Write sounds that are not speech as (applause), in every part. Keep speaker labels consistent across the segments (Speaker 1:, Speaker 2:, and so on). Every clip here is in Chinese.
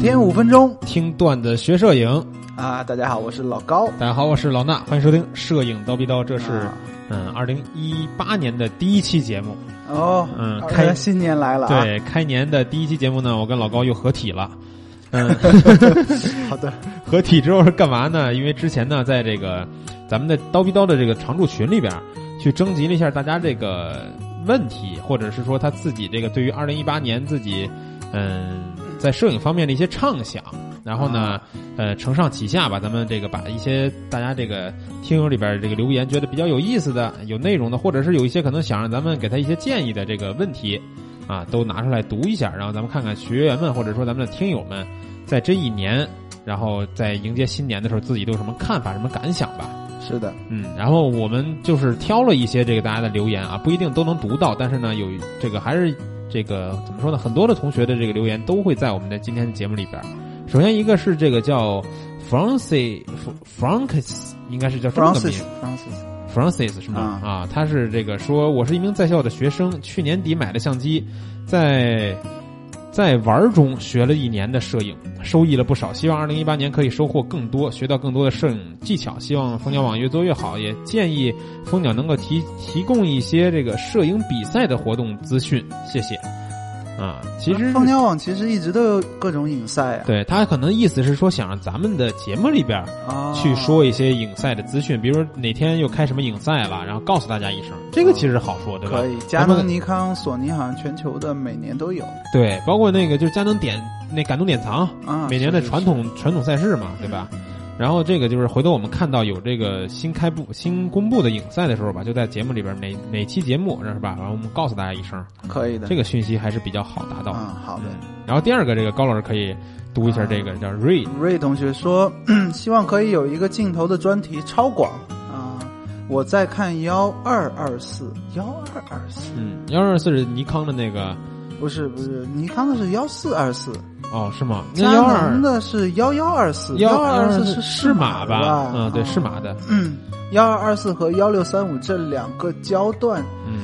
Speaker 1: 天五分钟
Speaker 2: 听段子学摄影。
Speaker 1: 啊！大家好，我是老高。
Speaker 2: 大家好，我是老衲，欢迎收听《摄影刀逼刀》，这是
Speaker 1: 啊
Speaker 2: 嗯二零一八年的第一期节目。
Speaker 1: 哦，
Speaker 2: 嗯
Speaker 1: 啊
Speaker 2: 开
Speaker 1: 新年来了啊！
Speaker 2: 对，开年的第一期节目呢，我跟老高又合体了。嗯，
Speaker 1: (laughs) 好的，
Speaker 2: (laughs) 合体之后是干嘛呢？因为之前呢，在这个咱们的刀逼刀的这个常驻群里边儿，去征集了一下大家这个问题，或者是说他自己这个对于二零一八年自己嗯在摄影方面的一些畅想。然后呢，呃，承上启下吧，咱们这个把一些大家这个听友里边儿这个留言觉得比较有意思的、有内容的，或者是有一些可能想让咱们给他一些建议的这个问题，啊，都拿出来读一下，然后咱们看看学员们或者说咱们的听友们在这一年然后在迎接新年的时候，自己都有什么看法、什么感想吧。
Speaker 1: 是的，
Speaker 2: 嗯，然后我们就是挑了一些这个大家的留言啊，不一定都能读到，但是呢，有这个还是这个怎么说呢？很多的同学的这个留言都会在我们的今天的节目里边儿。首先一个是这个叫 Francis Francis，应该是叫这么个名
Speaker 1: Francis Francis
Speaker 2: Francis 是吗？啊，他是这个说，我是一名在校的学生，去年底买的相机，在在玩儿中学了一年的摄影，收益了不少。希望二零一八年可以收获更多，学到更多的摄影技巧。希望蜂鸟网越做越好，也建议蜂鸟能够提提供一些这个摄影比赛的活动资讯。谢谢。啊，其实
Speaker 1: 蜂鸟网其实一直都有各种影赛啊
Speaker 2: 对他可能意思是说，想让咱们的节目里边儿
Speaker 1: 啊，
Speaker 2: 去说一些影赛的资讯，比如说哪天又开什么影赛了，然后告诉大家一声，这个其实好说，对吧
Speaker 1: 可？以。佳
Speaker 2: 咱们
Speaker 1: 能、尼康、索尼好像全球的每年都有
Speaker 2: 对，包括那个就是佳能点那感动典藏，
Speaker 1: 啊，
Speaker 2: 每年的
Speaker 1: 是
Speaker 2: 传。统传统赛事嘛，对吧？然后这个就是回头我们看到有这个新开布、新公布的影赛的时候吧，就在节目里边哪哪期节目是吧？然后我们告诉大家一声，
Speaker 1: 是可以的，
Speaker 2: 这个讯息还是比较好达到。
Speaker 1: 嗯，好的。
Speaker 2: 嗯，然后第二个这个高老师可以读一下这个叫 Ray
Speaker 1: 瑞同学说， (clears throat) 希望可以有一个镜头的专题超广啊。我在看幺二二四，幺二二四
Speaker 2: 嗯，幺二四是尼康的那个
Speaker 1: 不是不是，尼康的是幺四二四，
Speaker 2: 哦，是吗？
Speaker 1: 佳
Speaker 2: 那幺二
Speaker 1: 能的是幺幺二四，
Speaker 2: 幺
Speaker 1: 二
Speaker 2: 二
Speaker 1: 四
Speaker 2: 四
Speaker 1: 是
Speaker 2: 适
Speaker 1: 马
Speaker 2: 马吧？嗯，对，适
Speaker 1: 是
Speaker 2: 马的，
Speaker 1: 幺二二四和幺六三五这两个焦段，
Speaker 2: 嗯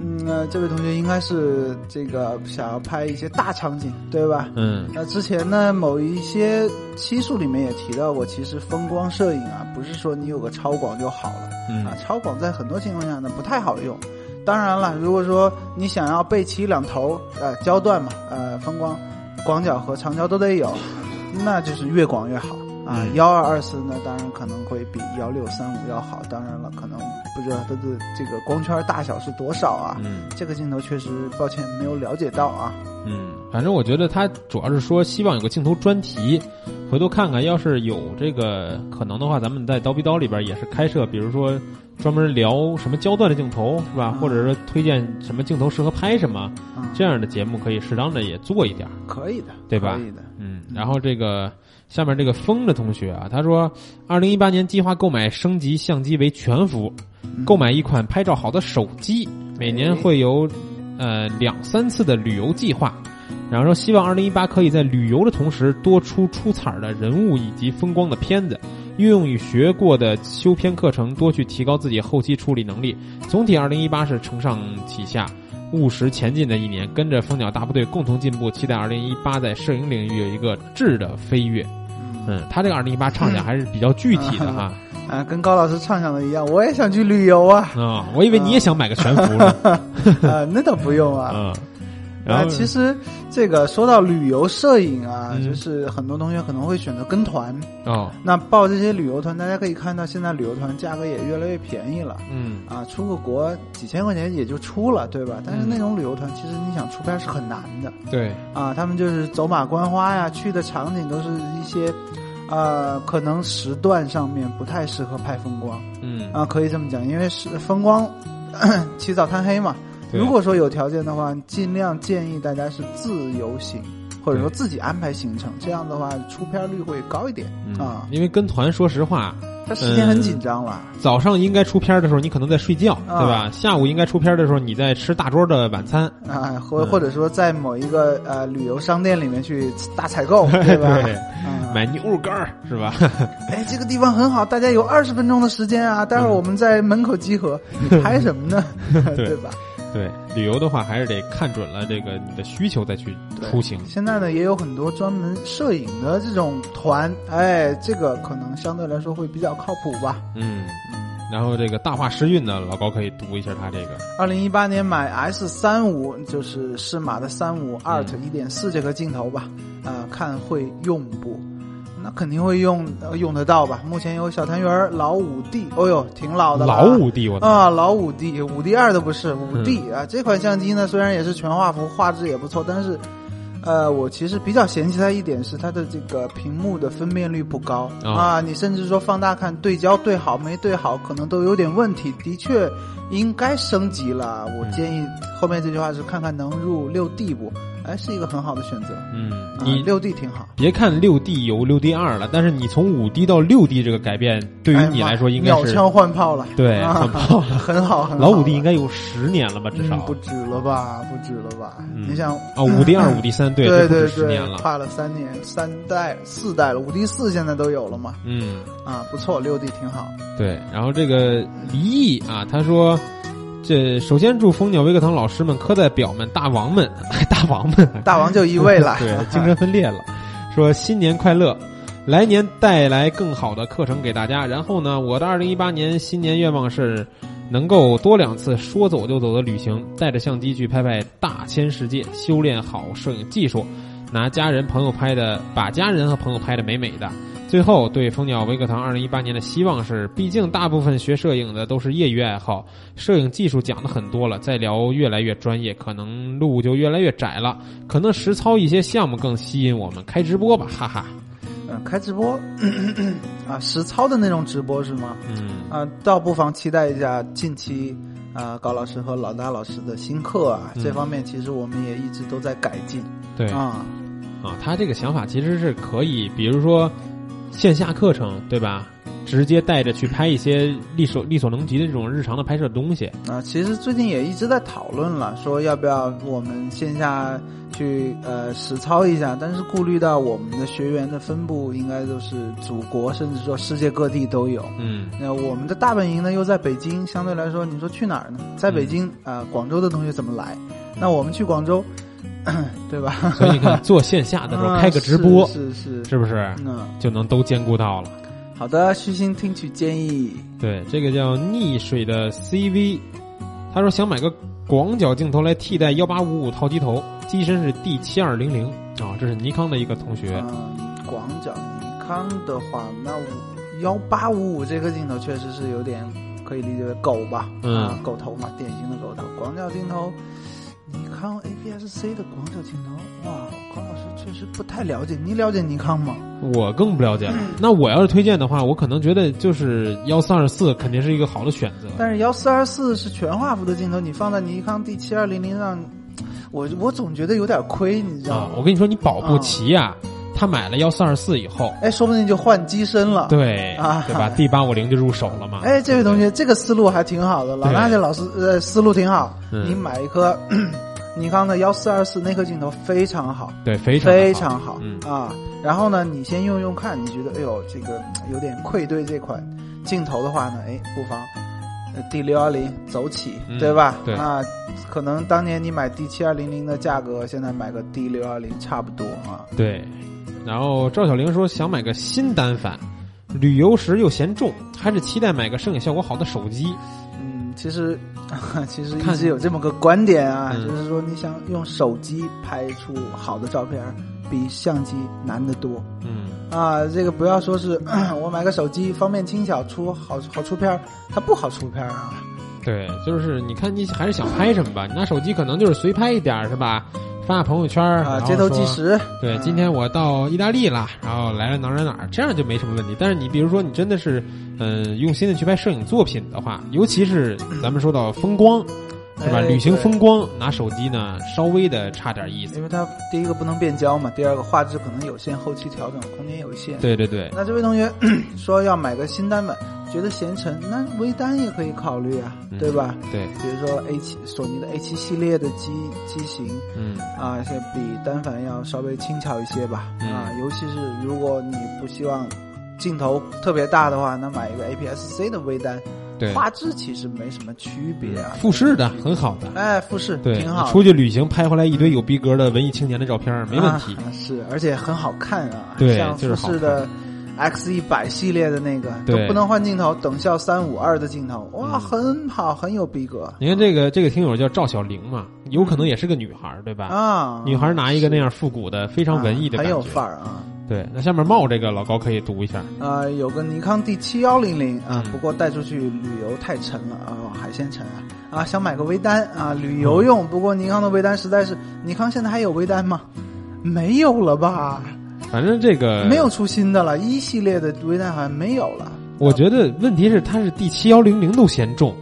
Speaker 1: 嗯，呃，这位同学应该是这个想要拍一些大场景，对吧？
Speaker 2: 嗯
Speaker 1: 那之前呢，某一些期数里面也提到过，其实风光摄影啊，不是说你有个超广就好了。啊，
Speaker 2: 嗯，
Speaker 1: 超广在很多情况下呢不太好用。当然了，如果说你想要背齐两头，呃，焦段嘛，呃，风光、广角和长焦都得有，那就是越广越好啊
Speaker 2: 嗯。
Speaker 1: 幺二二四呢，当然可能会比幺六三五要好。当然了，可能不知道它的这个光圈大小是多少啊。
Speaker 2: 嗯
Speaker 1: 这个镜头确实抱歉没有了解到啊。
Speaker 2: 嗯，反正我觉得他主要是说希望有个镜头专题，回头看看，要是有这个可能的话，咱们在刀逼刀里边也是开设，比如说专门聊什么焦段的镜头是吧？
Speaker 1: 嗯
Speaker 2: 或者说推荐什么镜头适合拍什么
Speaker 1: 嗯，
Speaker 2: 这样的节目，可以适当的也做一点儿。
Speaker 1: 可以的，
Speaker 2: 对吧
Speaker 1: 可以的，
Speaker 2: 嗯，然后这个下面这个风的同学啊，他说，二零一八年计划购买升级相机为全幅，
Speaker 1: 嗯
Speaker 2: 购买一款拍照好的手机，每年会有呃两三次的旅游计划，然后说希望二零一八可以在旅游的同时多出出彩儿的人物以及风光的片子，运用与学过的修片课程多去提高自己后期处理能力。总体二零一八是承上启下。务实前进的一年，跟着蜂鸟大部队共同进步，期待二零一八在摄影领域有一个质的飞跃。
Speaker 1: 嗯
Speaker 2: 嗯，他这个二零一八畅想还是比较具体的哈。，
Speaker 1: 啊，跟高老师畅想的一样，我也想去旅游啊 (laughs)
Speaker 2: 啊、我以为你也想买个全幅呢。
Speaker 1: 啊，那倒不用啊。
Speaker 2: 嗯，然
Speaker 1: 啊，
Speaker 2: 后
Speaker 1: 其实这个说到旅游摄影啊，
Speaker 2: 嗯
Speaker 1: 就是很多同学可能会选择跟团。
Speaker 2: 哦，
Speaker 1: 那报这些旅游团，大家可以看到现在旅游团价格也越来越便宜了
Speaker 2: 嗯
Speaker 1: 啊，出个国几千块钱也就出了，对吧？但是
Speaker 2: 嗯
Speaker 1: 那种旅游团其实你想出片是很难的
Speaker 2: 对，
Speaker 1: 啊，他们就是走马观花呀，去的场景都是一些。呃，可能时段上面不太适合拍风光
Speaker 2: 嗯
Speaker 1: 啊，可以这么讲，因为是风光 (coughs) 起早贪黑嘛，
Speaker 2: 对
Speaker 1: 如果说有条件的话，尽量建议大家是自由行，或者说自己安排行程，这样的话出片率会高一点
Speaker 2: 嗯
Speaker 1: 啊，。
Speaker 2: 因为跟团，说实话，
Speaker 1: 但时间很紧张了，
Speaker 2: 早上应该出片儿的时候你可能在睡觉，对吧？下午应该出片儿的时候你在吃大桌的晚餐，
Speaker 1: 啊，或
Speaker 2: 嗯
Speaker 1: 或者说在某一个呃旅游商店里面去大采
Speaker 2: (laughs)
Speaker 1: 购，对吧？
Speaker 2: 对
Speaker 1: 啊，
Speaker 2: 买牛肉干儿是吧？ (laughs)
Speaker 1: 哎，这个地方很好，大
Speaker 2: 嗯 (laughs)
Speaker 1: 家有二十分钟的时间啊，待会儿我们在门口集合，你拍什么呢？
Speaker 2: 对
Speaker 1: 对吧？
Speaker 2: 对，旅游的话还是得看准了这个你的需求再去
Speaker 1: 对
Speaker 2: 出行。
Speaker 1: 现在呢，也有很多专门摄影的这种团，哎，这个可能相对来说会比较靠谱吧。
Speaker 2: 嗯，
Speaker 1: 嗯，
Speaker 2: 然后这个大话诗韵呢，老高可以读一下他这个。
Speaker 1: 二零一八年买 S 三五就是适马的三五 Art 一点四这个镜头吧，啊、看会用不？那肯定会用、呃用得到吧。目前有小团圆、老五 D，哦呦，挺老的了啊
Speaker 2: 老五帝，我操！
Speaker 1: 啊，老五 D，五 D 二都不是，五 D
Speaker 2: 嗯
Speaker 1: 啊，这款相机呢，虽然也是全画幅，画质也不错，但是，呃，我其实比较嫌弃它一点是它的这个屏幕的分辨率不高、
Speaker 2: 啊
Speaker 1: 啊，你甚至说放大看对焦对好没对好，可能都有点问题，的确应该升级了。我
Speaker 2: 嗯
Speaker 1: 建议后面这句话是看看能入六 D 不，哎，是一个很好的选择，
Speaker 2: 嗯，
Speaker 1: 啊
Speaker 2: 你
Speaker 1: 六 D 挺好。
Speaker 2: 别看六 D 有六 D 二了，但是你从五 D 到六 D 这个改变，对于
Speaker 1: 哎
Speaker 2: 你
Speaker 1: 妈
Speaker 2: 来说应该
Speaker 1: 秒
Speaker 2: 是
Speaker 1: 枪换炮了，
Speaker 2: 对
Speaker 1: 啊 (laughs)
Speaker 2: 换炮
Speaker 1: 很好，很好
Speaker 2: 老五 D
Speaker 1: 了
Speaker 2: 应该有十年了吧，啊至
Speaker 1: 嗯、
Speaker 2: 少
Speaker 1: 不止了吧，不止了吧？
Speaker 2: 嗯
Speaker 1: 你想
Speaker 2: 啊，五 D
Speaker 1: (laughs)
Speaker 2: 二、五 D 三，
Speaker 1: 对
Speaker 2: 这不
Speaker 1: 对
Speaker 2: 止十年了。
Speaker 1: 跨了三年，三代、四代了，五 D 四现在都有了嘛？
Speaker 2: 嗯，
Speaker 1: 啊，不错，六 D 挺好。
Speaker 2: 对。然后这个离异啊，他说。这首先祝蜂鸟、微课堂老师们、科代表们、大王们、 (laughs) 大王们，，
Speaker 1: 大王就一位了
Speaker 2: (laughs) 对，精神分裂了。说新年快乐，来年带来更好的课程给大家。然后呢，我的二零一八年新年愿望是能够多两次说走就走的旅行，带着相机去拍拍大千世界，修炼好摄影技术，拿家人朋友拍的，把家人和朋友拍的美美的。最后，对蜂鸟微课堂二零一八年的希望是，毕竟大部分学摄影的都是业余爱好，摄影技术讲的很多了，再聊越来越专业，可能路就越来越窄了。可能实操一些项目更吸引我们，开直播吧，哈哈。
Speaker 1: (laughs) 嗯，开直播咳咳咳啊，实操的那种直播是吗？
Speaker 2: 嗯，
Speaker 1: 啊，倒不妨期待一下近期啊，高老师和老大老师的新课啊，
Speaker 2: 嗯
Speaker 1: 这方面其实我们也一直都在改进
Speaker 2: 对啊，
Speaker 1: 啊。
Speaker 2: 他这个想法其实是可以，比如说线下课程，对吧？直接带着去拍一些力所力所能及的这种日常的拍摄东西。
Speaker 1: 啊，其实最近也一直在讨论了，说要不要我们线下去呃实操一下，但是顾虑到我们的学员的分布应该都是祖国，甚至说世界各地都有。 (laughs)
Speaker 2: 嗯
Speaker 1: 那我们的大本营呢又在北京，相对来说，你说去哪儿呢？在
Speaker 2: 嗯
Speaker 1: 北京啊、呃广州的同学怎么来？那我们去广州， (clears throat) 对吧？
Speaker 2: 所以你看，做线下的时候
Speaker 1: 啊
Speaker 2: 开个直播，
Speaker 1: (laughs) 是是是，
Speaker 2: 是不是
Speaker 1: 嗯，
Speaker 2: 就能都兼顾到了？
Speaker 1: 好的，虚心听取建议。
Speaker 2: 对，这个叫溺水的 CV，他说想买个广角镜头来替代幺八五五套机头，机身是 D 七二零零啊，这是尼康的一个同学。
Speaker 1: 嗯，广角尼康的话，那幺八五五这个镜头确实是有点可以理解为狗吧，
Speaker 2: 嗯
Speaker 1: 啊，狗头嘛，典型的狗头。广角镜头，尼康 APS-C 的广角镜头，哇，孔老师确实不太了解。你了解尼康吗？
Speaker 2: 我更不了解了。
Speaker 1: 嗯
Speaker 2: 那我要是推荐的话，我可能觉得就是幺三二四肯定是一个好的选择。
Speaker 1: 但是幺四二四是全画幅的镜头，你放在尼康 D 七二零零上，我我总觉得有点亏，你知道
Speaker 2: 啊
Speaker 1: 吗，？
Speaker 2: 我跟你说，你保不齐啊，他买了幺四二四以后，
Speaker 1: 哎，说不定就换机身了。
Speaker 2: 对、
Speaker 1: 啊
Speaker 2: 对吧
Speaker 1: (laughs)
Speaker 2: ？D 八五零就入手了嘛。
Speaker 1: 哎，这位同学，这个思路还挺好的，老
Speaker 2: 对
Speaker 1: 大这老师呃思路挺好。
Speaker 2: 嗯
Speaker 1: 你买一颗 (clears throat) 尼康的幺四二四那颗镜头非常好，
Speaker 2: 对，非常
Speaker 1: 非
Speaker 2: 非
Speaker 1: 常好、
Speaker 2: 嗯
Speaker 1: 啊。然后呢，你先用用看，你觉得哎呦这个有点愧对这款镜头的话呢，哎，不妨。D 呃六幺零走起，
Speaker 2: 嗯
Speaker 1: 对吧？
Speaker 2: 对
Speaker 1: 啊，可能当年你买 D 七二零零的价格，现在买个 D 六幺零差不多啊。
Speaker 2: 对。然后赵小玲说想买个新单反，旅游时又嫌重，还是期待买个摄影效果好的手机。
Speaker 1: 嗯，其实 (laughs) 其实一
Speaker 2: 看
Speaker 1: 直有这么个观点啊，
Speaker 2: 嗯
Speaker 1: 就是说你想用手机拍出好的照片儿，比相机难得多
Speaker 2: 嗯，
Speaker 1: 啊。这个不要说是我买个手机方便轻巧出好好出片儿，它不好出片儿啊。
Speaker 2: 对，就是你看你还是想拍什么吧，你拿手机可能就是随拍一点儿是吧？发发朋友圈儿
Speaker 1: 啊，
Speaker 2: 嗯然后
Speaker 1: 街头纪
Speaker 2: 说
Speaker 1: 实，
Speaker 2: 对，
Speaker 1: 嗯
Speaker 2: 今天我到意大利了，然后来了哪儿哪儿哪儿，这样就没什么问题。但是你比如说，你真的是，嗯、用心的去拍摄影作品的话，尤其是咱们说到风光，是吧？
Speaker 1: 嗯哎
Speaker 2: 旅行
Speaker 1: 对
Speaker 2: 风光，拿手机呢，稍微的差点意思
Speaker 1: 哎因。为它第一个不能变焦嘛，第二个画质可能有限，后期调整空间有限。
Speaker 2: 对对对，
Speaker 1: 那这位同学说要买个新单反，觉得嫌沉，那微单也可以考虑啊，
Speaker 2: 嗯
Speaker 1: 对吧？
Speaker 2: 对，
Speaker 1: 比如说 A 七索尼的 A 七系列的机机型，
Speaker 2: 嗯
Speaker 1: 啊，是比单反要稍微轻巧一些吧。
Speaker 2: 嗯
Speaker 1: 啊，尤其是如果你不希望镜头特别大的话，那买一个 APS-C 的微单
Speaker 2: 对，
Speaker 1: 画质其实没什么区别啊。
Speaker 2: 复式的很好的，
Speaker 1: 哎，富士
Speaker 2: 嗯对，
Speaker 1: 挺好的，
Speaker 2: 出去旅行拍回来一堆有逼格的文艺青年的照片儿，没问题。
Speaker 1: 啊是，而且很好看啊，
Speaker 2: 对
Speaker 1: 像
Speaker 2: 就是
Speaker 1: 富
Speaker 2: 好
Speaker 1: 士的 X 一百系列的那个都
Speaker 2: 对嗯
Speaker 1: 不能换镜头，等效三五二的镜头，哇，很好，很有逼格
Speaker 2: 你看这个这个听友叫赵小玲嘛，有可能也是个女孩儿，对吧？
Speaker 1: 啊。
Speaker 2: 女孩拿一个那样复古的、非常文艺的
Speaker 1: 啊
Speaker 2: 感
Speaker 1: 很
Speaker 2: 觉，
Speaker 1: 有范儿啊。
Speaker 2: 对，那下面帽这个老高可以读一下，
Speaker 1: 啊、有个尼康 D 七幺零零啊
Speaker 2: 嗯，
Speaker 1: 不过带出去旅游太沉了啊、海鲜沉啊啊，想买个微单啊，旅游用。不过尼康的微单实在是，尼康现在还有微单吗？没有了吧？
Speaker 2: 反正这个
Speaker 1: 没有出新的了，一系列的微单好像没有了。
Speaker 2: 我觉得问题是它是 D 七幺零零都嫌重，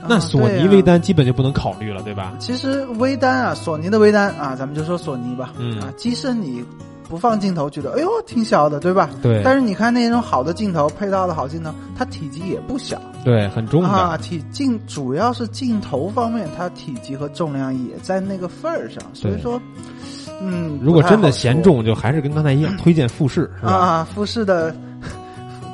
Speaker 1: 啊
Speaker 2: 那索尼
Speaker 1: 对啊
Speaker 2: 微单基本就不能考虑了，对吧？
Speaker 1: 其实微单啊，索尼的微单啊，咱们就说索尼吧。
Speaker 2: 嗯
Speaker 1: 啊，机身你不放镜头，觉得哎呦挺小的，对吧？
Speaker 2: 对
Speaker 1: 但是你看那种好的镜头，配套的好镜头，它体积也不小
Speaker 2: 对，很重的，
Speaker 1: 啊。体镜主要是镜头方面，它体积和重量也在那个份儿上，所以
Speaker 2: 对
Speaker 1: 说，嗯，
Speaker 2: 如果真的
Speaker 1: 不太好
Speaker 2: 嫌
Speaker 1: 说
Speaker 2: 重，就还是跟刚才一样，推荐富士是吧？
Speaker 1: 啊，富士的，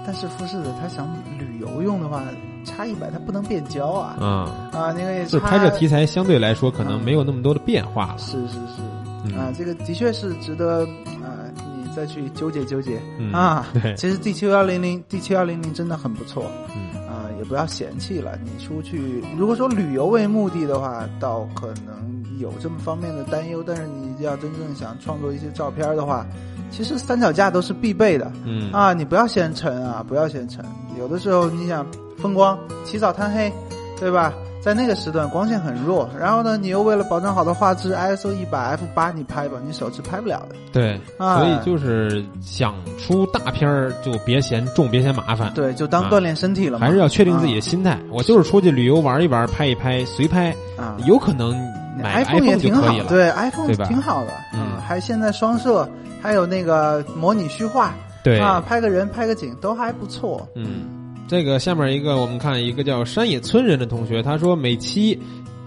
Speaker 1: 但是富士的它想旅游用的话，差一百它不能变焦啊
Speaker 2: 啊，
Speaker 1: 啊，那个也
Speaker 2: 就是
Speaker 1: 差
Speaker 2: 拍摄题材相对来说可能
Speaker 1: 嗯
Speaker 2: 没有那么多的变化了。
Speaker 1: 是是是。啊
Speaker 2: 嗯，
Speaker 1: 这个的确是值得啊、你再去纠结纠结、
Speaker 2: 嗯
Speaker 1: 啊。
Speaker 2: 对
Speaker 1: 其实 D 七幺零零 D 七幺零零真的很不错
Speaker 2: 嗯
Speaker 1: 啊、也不要嫌弃了。你出去如果说旅游为目的的话，倒可能有这么方面的担忧，但是你要真正想创作一些照片的话，其实三脚架都是必备的
Speaker 2: 嗯
Speaker 1: 啊。你不要嫌沉啊，不要嫌沉。有的时候你想风光，起早贪黑，对吧？在那个时段光线很弱，然后呢，你又为了保证好的画质，ISO 一百 F 八你拍吧，你手持拍不了的。
Speaker 2: 对，
Speaker 1: 啊
Speaker 2: 所以就是想出大片儿就别嫌重，别嫌麻烦，
Speaker 1: 对，就当锻炼身体了嘛。
Speaker 2: 还是要确定自己的
Speaker 1: 啊
Speaker 2: 心态。我就是出去旅游玩一玩，拍一拍，随拍，
Speaker 1: 啊
Speaker 2: 有可能买个
Speaker 1: iPhone 也
Speaker 2: 就
Speaker 1: 挺
Speaker 2: 可
Speaker 1: 好
Speaker 2: 以，了。
Speaker 1: 对 iPhone
Speaker 2: 对吧
Speaker 1: 挺好的，
Speaker 2: 嗯
Speaker 1: 还现在双摄，还有那个模拟虚化，
Speaker 2: 对
Speaker 1: 啊，拍个人拍个景都还不错。
Speaker 2: 嗯，这个下面一个我们看一个叫山野村人的同学，他说每期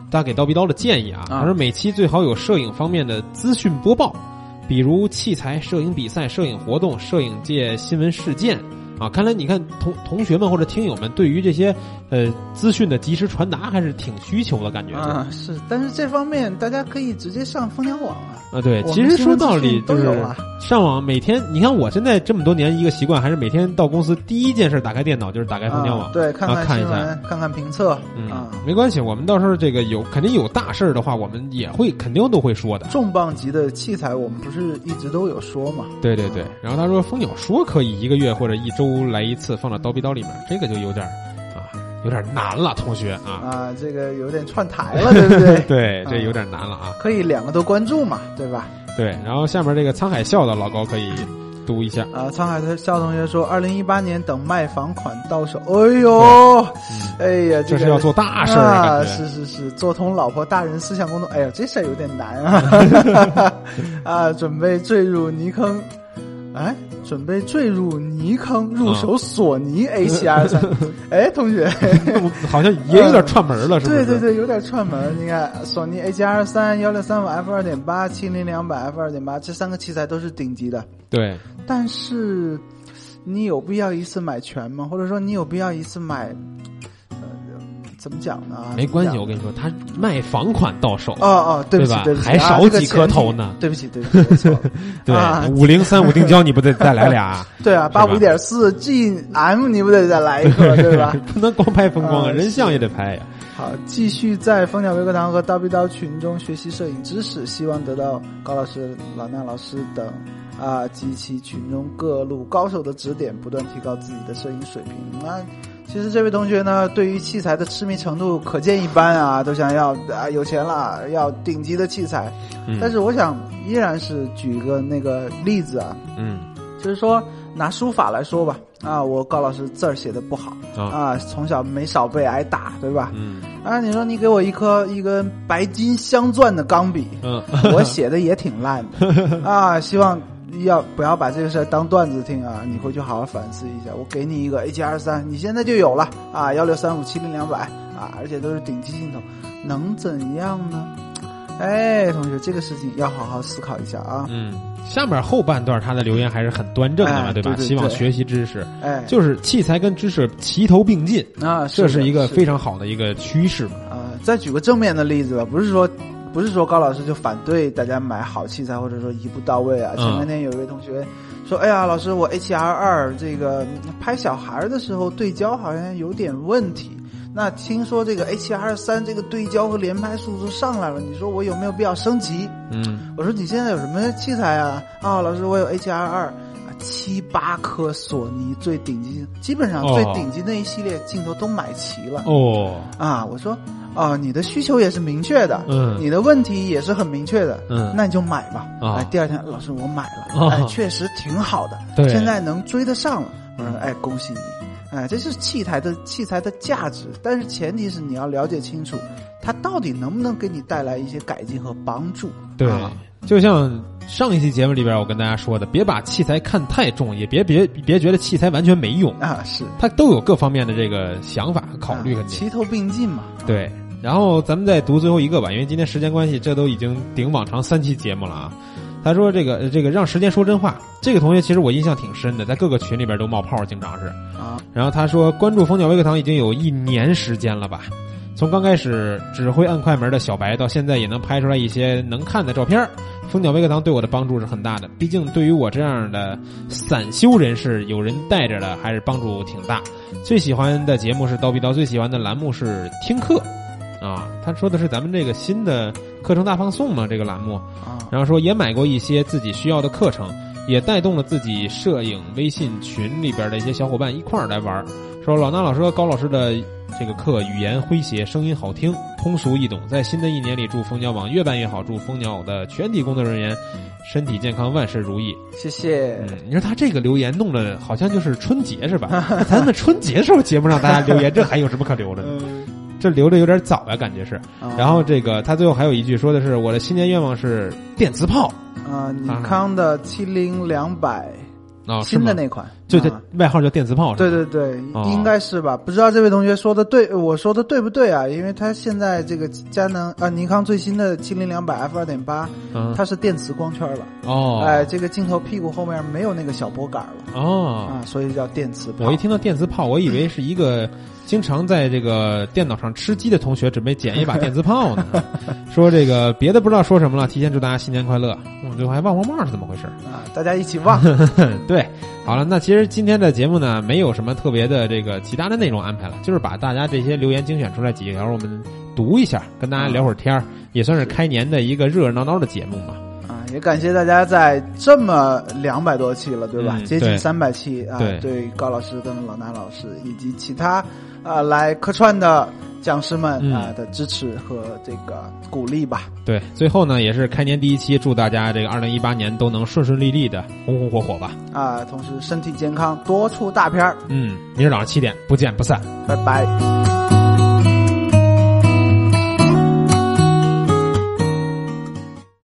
Speaker 2: 他给刀逼刀的建议啊，
Speaker 1: 啊
Speaker 2: 他说每期最好有摄影方面的资讯播报，比如器材、摄影比赛、摄影活动、摄影界新闻事件。啊，看来你看同同学们或者听友们对于这些呃资讯的及时传达还是挺需求的感觉
Speaker 1: 啊，是，但是这方面大家可以直接上蜂鸟网啊。
Speaker 2: 啊，对，
Speaker 1: 我们
Speaker 2: 其实说道
Speaker 1: 新
Speaker 2: 理
Speaker 1: 闻资
Speaker 2: 就
Speaker 1: 讯
Speaker 2: 是
Speaker 1: 都有啊
Speaker 2: 上网每天，你看我现在这么多年一个习惯，还是每天到公司第一件事打开电脑就是打开蜂鸟网
Speaker 1: 啊，对，看
Speaker 2: 啊看一
Speaker 1: 新
Speaker 2: 下
Speaker 1: 闻，看看评测
Speaker 2: 嗯
Speaker 1: 啊，，
Speaker 2: 没关系，我们到时候这个有肯定有大事儿的话，我们也会肯定都会说的。
Speaker 1: 重磅级的器材我们不是一直都有说嘛？
Speaker 2: 对对对，然后他说蜂鸟说可以一个月或者一周来一次，放到刀逼刀里面，这个就有点儿啊，有点难了，同学啊，
Speaker 1: 啊，这个有点串台了，对不对？ (laughs)
Speaker 2: 对，这
Speaker 1: 啊
Speaker 2: 有点难了啊。
Speaker 1: 可以两个都关注嘛，对吧？
Speaker 2: 对，然后下面这个沧海笑的老高可以读一下，
Speaker 1: 啊，沧海的肖同学说，二零一八年等卖房款到手，哎呦，
Speaker 2: 嗯，
Speaker 1: 哎呀，
Speaker 2: 这
Speaker 1: 个
Speaker 2: 是要做大事儿啊
Speaker 1: 啊，
Speaker 2: 感觉
Speaker 1: 是是是，做通老婆大人思想工作，哎呀，这事儿有点难
Speaker 2: (laughs)
Speaker 1: 啊，啊，准备坠入泥坑，哎，准备坠入泥坑，入手索尼
Speaker 2: 啊
Speaker 1: A 7 R
Speaker 2: (laughs)
Speaker 1: 三，哎，同学，
Speaker 2: 好像也有点串门了，是不
Speaker 1: 对
Speaker 2: 是？
Speaker 1: 对对，有点串门。你看，索尼 A 7 R 三、幺六三五 F 二点八、七零两百 F 二点八，这三个器材都是顶级的，
Speaker 2: 对
Speaker 1: 但是你有必要一次买全吗？或者说你有必要一次买？呃，怎么讲呢？
Speaker 2: 没关
Speaker 1: 怎
Speaker 2: 系，
Speaker 1: 么讲
Speaker 2: 我跟你说，他卖房款到手，
Speaker 1: 哦哦，对不起
Speaker 2: 对吧，
Speaker 1: 对不起，
Speaker 2: 还
Speaker 1: 啊
Speaker 2: 少几颗头呢。
Speaker 1: 这个前提对不起，对不起，我错
Speaker 2: (laughs)
Speaker 1: 了
Speaker 2: 对
Speaker 1: 啊，
Speaker 2: 五零三五定焦，你不得再来俩？
Speaker 1: 对啊，八五点四 GM 你不得再来一
Speaker 2: (laughs)
Speaker 1: 个， (laughs) 对吧？
Speaker 2: 不能光拍风光，啊，
Speaker 1: 啊
Speaker 2: 人像也得拍呀。
Speaker 1: 好，继续在蜂鸟微课堂和刀逼刀群中学习摄影知识，希望得到高老师、老衲老师等啊及其群中各路高手的指点，不断提高自己的摄影水平。那其实这位同学呢，对于器材的痴迷程度可见一斑啊，都想要啊有钱了要顶级的器材。
Speaker 2: 嗯
Speaker 1: 但是我想依然是举一个那个例子啊，
Speaker 2: 嗯
Speaker 1: 就是说拿书法来说吧，啊，我高老师字儿写的不好
Speaker 2: 啊
Speaker 1: 啊，从小没少被挨打，对吧？
Speaker 2: 嗯
Speaker 1: 啊，你说你给我一颗一根白金镶钻的钢
Speaker 2: (laughs)
Speaker 1: 笔，
Speaker 2: 嗯，
Speaker 1: 我写的也挺烂的啊，希望要不要把这个事儿当段子听啊？你回去好好反思一下。我给你一个 A 7 R 三，你现在就有了啊，幺六三五七零两百啊，而且都是顶级镜头，能怎样呢？哎，同学，这个事情要好好思考一下啊。
Speaker 2: 嗯，下面后半段他的留言还是很端正的嘛，
Speaker 1: 哎
Speaker 2: 吧？
Speaker 1: 对对
Speaker 2: 希望
Speaker 1: 对
Speaker 2: 学习知识，
Speaker 1: 哎，
Speaker 2: 就是器材跟知识齐头并进，
Speaker 1: 啊，
Speaker 2: 这是
Speaker 1: 的
Speaker 2: 一个
Speaker 1: 是
Speaker 2: 非
Speaker 1: 的
Speaker 2: 常好的一个趋势嘛。
Speaker 1: 啊、再举个正面的例子吧，不是说不是说高老师就反对大家买好器材或者说一步到位啊。
Speaker 2: 嗯
Speaker 1: 前两天有一位同学说：“哎呀，老师，我 H R 二这个嗯拍小孩儿的时候对焦好像有点问题。”那听说这个 H R 三这个对焦和连拍速度上来了，你说我有没有必要升级？
Speaker 2: 嗯，
Speaker 1: 我说你现在有什么器材啊？啊、老师，我有 H R 二啊，七八颗索尼最顶级，基本上最
Speaker 2: 哦
Speaker 1: 顶级那一系列镜头都买齐了。
Speaker 2: 哦，
Speaker 1: 啊，我说啊、你的需求也是明确的，
Speaker 2: 嗯
Speaker 1: 你的问题也是很明确的，
Speaker 2: 嗯
Speaker 1: 那你就买吧。
Speaker 2: 啊
Speaker 1: 哎，第二天老师我买了，
Speaker 2: 哦
Speaker 1: 哎，确实挺好的，
Speaker 2: 对嗯
Speaker 1: 现在能追得上了。我说哎，恭喜你，哎，这是器材的器材的价值，但是前提是你要了解清楚，它到底能不能给你带来一些改进和帮助。
Speaker 2: 对
Speaker 1: 啊、，
Speaker 2: 就像上一期节目里边我跟大家说的，别把器材看太重，也别别别觉得器材完全没用，
Speaker 1: 啊是
Speaker 2: 它都有各方面的这个想法和考虑
Speaker 1: 啊
Speaker 2: 肯定。
Speaker 1: 齐头并进嘛。
Speaker 2: 对，然后咱们再读最后一个吧，因为今天时间关系，这都已经顶往常三期节目了啊。他说：“这个呃这个让时间说真话。”这个同学其实我印象挺深的，在各个群里边都冒泡，经常是。
Speaker 1: 啊
Speaker 2: 然后他说：“关注蜂鸟微课堂已经有一年时间了吧？从刚开始只会按快门的小白，到现在也能拍出来一些能看的照片儿。蜂鸟微课堂对我的帮助是很大的，毕竟对于我这样的散修人士，有人带着的还是帮助挺大。最喜欢的节目是刀逼刀，最喜欢的栏目是听课。”啊，他说的是咱们这个新的课程大放送嘛，这个栏目。
Speaker 1: 啊
Speaker 2: 然后说也买过一些自己需要的课程，也带动了自己摄影微信群里边的一些小伙伴一块儿来玩儿。说老衲老师和高老师的这个课语言诙谐，声音好听，通俗易懂。在新的一年里，祝蜂鸟网越办越好，祝蜂鸟的全体工作人员身体健康，万事如意。
Speaker 1: 谢谢。
Speaker 2: 嗯，你说他这个留言弄的好像就是春节是吧？咱们春节时候节目让大家留言，这还有什么可留的呢？
Speaker 1: 嗯，
Speaker 2: 这留的有点早呀、感觉是。
Speaker 1: 啊
Speaker 2: 嗯然后这个他最后还有一句说的是我的新年愿望是电磁炮。
Speaker 1: 啊，尼康的七零两百
Speaker 2: 啊、是
Speaker 1: 新
Speaker 2: 吗
Speaker 1: 的那款，
Speaker 2: 就这
Speaker 1: 啊
Speaker 2: 外号叫电磁炮是吧，
Speaker 1: 对对对，
Speaker 2: 哦
Speaker 1: 应该是吧？不知道这位同学说的对，呃我说的对不对啊？因为它现在这个佳能啊，尼康最新的七零两百 f 二点八，
Speaker 2: 嗯，
Speaker 1: 它是电磁光圈了，
Speaker 2: 哦，
Speaker 1: 哎，这个镜头屁股后面没有那个小拨杆了
Speaker 2: 哦，
Speaker 1: 啊，所以叫电磁炮
Speaker 2: 我一听到电磁炮，我以为是一个经常在这个电脑上吃鸡的同学准备捡一把电磁炮呢。 (laughs) 说这个别的不知道说什么了，提前祝大家新年快乐。我最后还忘忘忘是怎么回事？
Speaker 1: 啊，大家一起
Speaker 2: (laughs)
Speaker 1: 忘
Speaker 2: 对，好了，那其实今天的节目呢，没有什么特别的这个其他的内容安排了，就是把大家这些留言精选出来几条，我们读一下，跟大家聊会儿天儿，也算是开年的一个热热闹闹的节目嘛。
Speaker 1: 啊，也感谢大家在这么两百多期了，对吧？
Speaker 2: 嗯
Speaker 1: 接近
Speaker 2: 对
Speaker 1: 三百期啊，
Speaker 2: 对
Speaker 1: 对高老师跟老衲老师以及其他啊来客串的讲师们
Speaker 2: 嗯
Speaker 1: 啊的支持和这个鼓励吧。
Speaker 2: 对，最后呢也是开年第一期，祝大家这个二零一八年都能顺顺利利的，红红火火吧。
Speaker 1: 啊，同时身体健康，多出大片儿，
Speaker 2: 嗯，明儿早上七点不见不散。
Speaker 1: 拜拜。